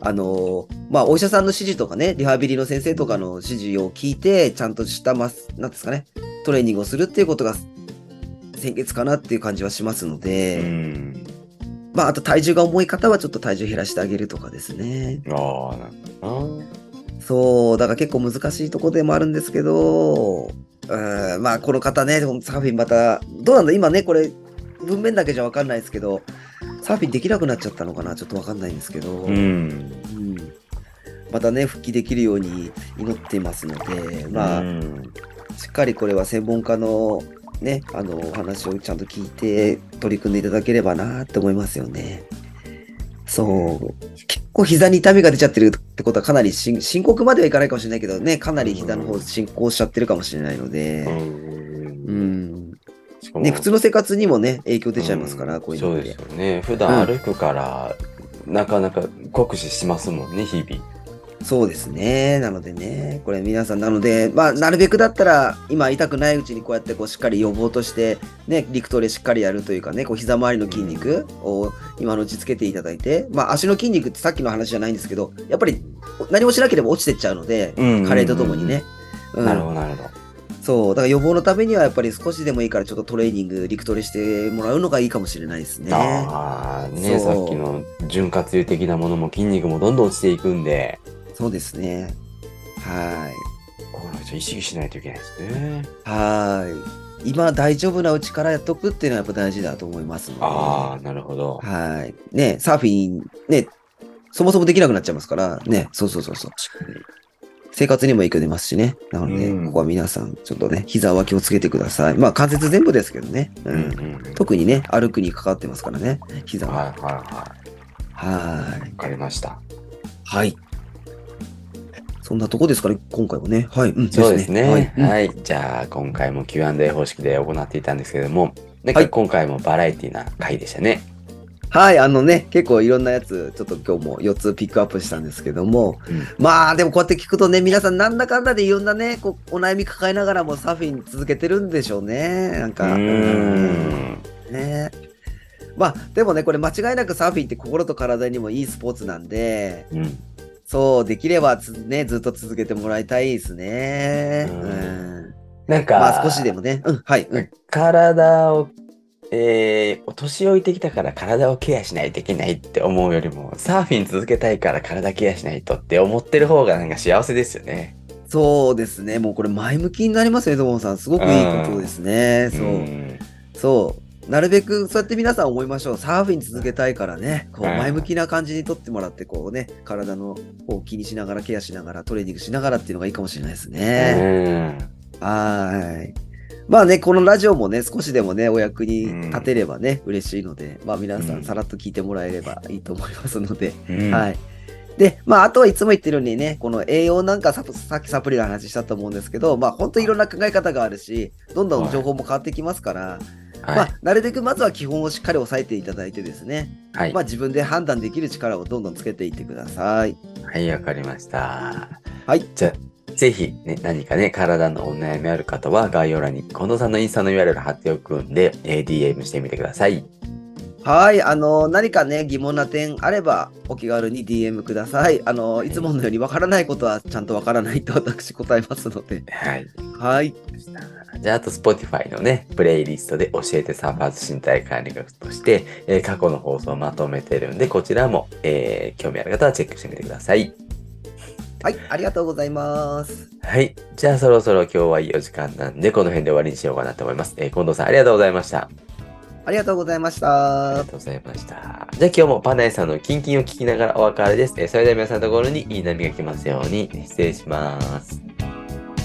[SPEAKER 2] あのまあお医者さんの指示とかねリハビリの先生とかの指示を聞いてちゃんとしたまなんですかねトレーニングをするっていうことが先決かなっていう感じはしますの
[SPEAKER 1] う
[SPEAKER 2] で、
[SPEAKER 1] ん。
[SPEAKER 2] まああと体重が重い方はちょっと体重減らしてあげるとかですね
[SPEAKER 1] ああ、なんだな。
[SPEAKER 2] そう、だから結構難しいとこでもあるんですけど、うん、まあこの方ね、このサーフィンまた、どうなんだ、今ね、これ、文面だけじゃわかんないですけど、サーフィンできなくなっちゃったのかな、ちょっとわかんないんですけど、
[SPEAKER 1] うん。
[SPEAKER 2] うんまたね、復帰できるように祈っていますので、まあ、
[SPEAKER 1] うん
[SPEAKER 2] しっかりこれは専門家のね、あの、お話をちゃんと聞いて、取り組んでいただければなって思いますよね。そう。結構膝に痛みが出ちゃってるってことはかなりしん深刻まではいかないかもしれないけどね、かなり膝の方進行しちゃってるかもしれないの
[SPEAKER 1] う。
[SPEAKER 2] で、うんん。
[SPEAKER 1] しかも
[SPEAKER 2] ね、普通の生活にもね、影響出ちゃいますから、
[SPEAKER 1] うん
[SPEAKER 2] こういう
[SPEAKER 1] そう
[SPEAKER 2] のっ
[SPEAKER 1] です
[SPEAKER 2] て。
[SPEAKER 1] よね。普段歩くから、なかなか酷使しますもんね、日々。
[SPEAKER 2] そうですね。なのでね、これ皆さん、なので、まあ、なるべくだったら、今痛くないうちにこうやってこうしっかり予防として、ね、陸トレしっかりやるというかね、こう膝周りの筋肉を今のうちつけていただいて、まあ、足の筋肉ってさっきの話じゃないんですけど、やっぱり何もしなければ落ちてっちゃうので、
[SPEAKER 1] うん
[SPEAKER 2] 加齢とともにね。うん
[SPEAKER 1] なるほど、なるほど。
[SPEAKER 2] そう、だから予防のためにはやっぱり少しでもいいからちょっとトレーニング、陸トレしてもらうのがいいかもしれないですね。
[SPEAKER 1] ああ、ね、
[SPEAKER 2] そ
[SPEAKER 1] さ
[SPEAKER 2] う
[SPEAKER 1] っきの潤滑油的なものも筋肉もどんどん落ちていくんで、
[SPEAKER 2] そうですね。はい。
[SPEAKER 1] これはちょっと意識しないといけないですね。
[SPEAKER 2] はーい。今大丈夫なうちからやっとくっていうのはやっぱ大事だと思いますので。
[SPEAKER 1] ああ、なるほど。
[SPEAKER 2] はい。ね、サーフィン、ね、そもそもできなくなっちゃいますから、ね、そうそうそうそう。生活にも影響出ますしね。なので、
[SPEAKER 1] うん
[SPEAKER 2] ここは皆さん、ちょっとね、膝は気をつけてください。まあ、関節全部ですけどね。
[SPEAKER 1] う
[SPEAKER 2] うん。
[SPEAKER 1] うんん。
[SPEAKER 2] 特にね、歩くにかかってますからね、膝
[SPEAKER 1] はい
[SPEAKER 2] は。
[SPEAKER 1] はいは
[SPEAKER 2] はーい
[SPEAKER 1] い。。わかりました。
[SPEAKER 2] はい。そんなとこですかね、今回はね。はい。ん
[SPEAKER 1] そうですね。
[SPEAKER 2] は
[SPEAKER 1] はいい、
[SPEAKER 2] うん
[SPEAKER 1] じゃあ、今回も Q&A 方式で行っていたんですけれども、なん
[SPEAKER 2] は
[SPEAKER 1] か
[SPEAKER 2] い
[SPEAKER 1] 今回もバラエティな回でしたね。
[SPEAKER 2] はい、あのね、結構いろんなやつ、ちょっと今日も4つピックアップしたんですけども、
[SPEAKER 1] うん
[SPEAKER 2] まあでもこうやって聞くとね、皆さんなんだかんだでいろんなね、こうお悩み抱えながらもサーフィン続けてるんでしょうね。なんか、
[SPEAKER 1] うーん。
[SPEAKER 2] ね。まあ、でもね、これ間違いなくサーフィンって心と体にもいいスポーツなんで、
[SPEAKER 1] うん。
[SPEAKER 2] そう、できればつね、ずっと続けてもらいたいですね。
[SPEAKER 1] う
[SPEAKER 2] うんん。
[SPEAKER 1] なんか、
[SPEAKER 2] まあ、少しでもね。うん、はい。うん、
[SPEAKER 1] 体を、えー、お年老いてきたから体をケアしないといけないって思うよりも、サーフィン続けたいから体ケアしないとって思ってる方がなんか幸せですよね。
[SPEAKER 2] そうですね。もうこれ前向きになりますね、ともさん。すごくいいことですね。そう。
[SPEAKER 1] ん
[SPEAKER 2] そう。なるべくそうやって皆さん思いましょう。サーフィン続けたいからね、こう
[SPEAKER 1] うん
[SPEAKER 2] 前向きな感じにとってもらって、こうね、体の方を気にしながら、ケアしながら、トレーニングしながらっていうのがいいかもしれないですね。はーい。まあね、このラジオもね、少しでもね、お役に立てればね、嬉しいので、まあ皆さ
[SPEAKER 1] うん
[SPEAKER 2] んさらっと聞いてもらえればいいと思いますので、
[SPEAKER 1] うん。。
[SPEAKER 2] はいい。で、まあ、あとはいつも言ってるようにね、この栄養なんかさ、さっきサプリの話したと思うんですけど、まあ、本当にいろんな考え方があるし、どんどん情報も変わってきますから、ま
[SPEAKER 1] はい
[SPEAKER 2] あ、なるべくまずは基本をしっかり押さえていただいてですね、。
[SPEAKER 1] はい
[SPEAKER 2] まあ、自分で判断できる力をどんどんつけていってください。
[SPEAKER 1] はい、わかりました。
[SPEAKER 2] はい。
[SPEAKER 1] じゃあ、ぜひ、ね、何かね、体のお悩みある方は、概要欄に近藤さんのインスタの URL 貼っておくんで、えー DM してみてください。
[SPEAKER 2] はい、あの、何かね、疑問な点あれば、お気軽に DM ください。あの、いつものようにわからないことはちゃんとわからないと 私答えますので、
[SPEAKER 1] はい。
[SPEAKER 2] はい。
[SPEAKER 1] じゃあ、あと Spotify のね、プレイリストで教えてサーファーズ身体管理学として、えー過去の放送をまとめてるんで、こちらも、えー興味ある方はチェックしてみてください。
[SPEAKER 2] はい、ありがとうございます。
[SPEAKER 1] はい。じゃあ、そろそろ今日はいいお時間なんで、この辺で終わりにしようかなと思います。えー近藤さん、ありがとうございました。
[SPEAKER 2] ありがとうございまし
[SPEAKER 1] ありが。
[SPEAKER 2] た
[SPEAKER 1] とうございました。じゃあ今日もパナエさんのキンキンを聞きながらお別れです。えーそれでは皆さんのところにいい波が来ますように失礼します。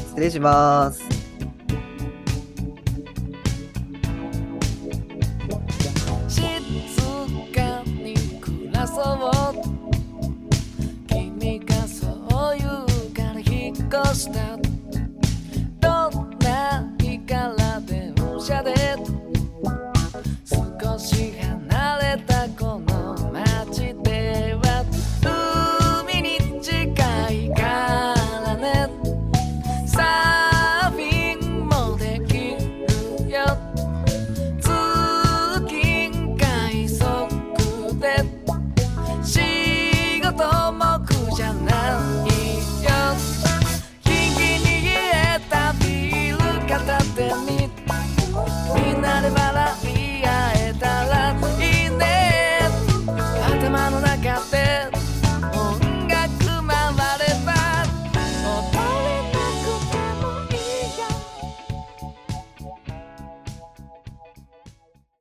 [SPEAKER 2] 失礼します。
[SPEAKER 3] 静かに暮らそう君がそう言うから引っ越したどんな日から電車で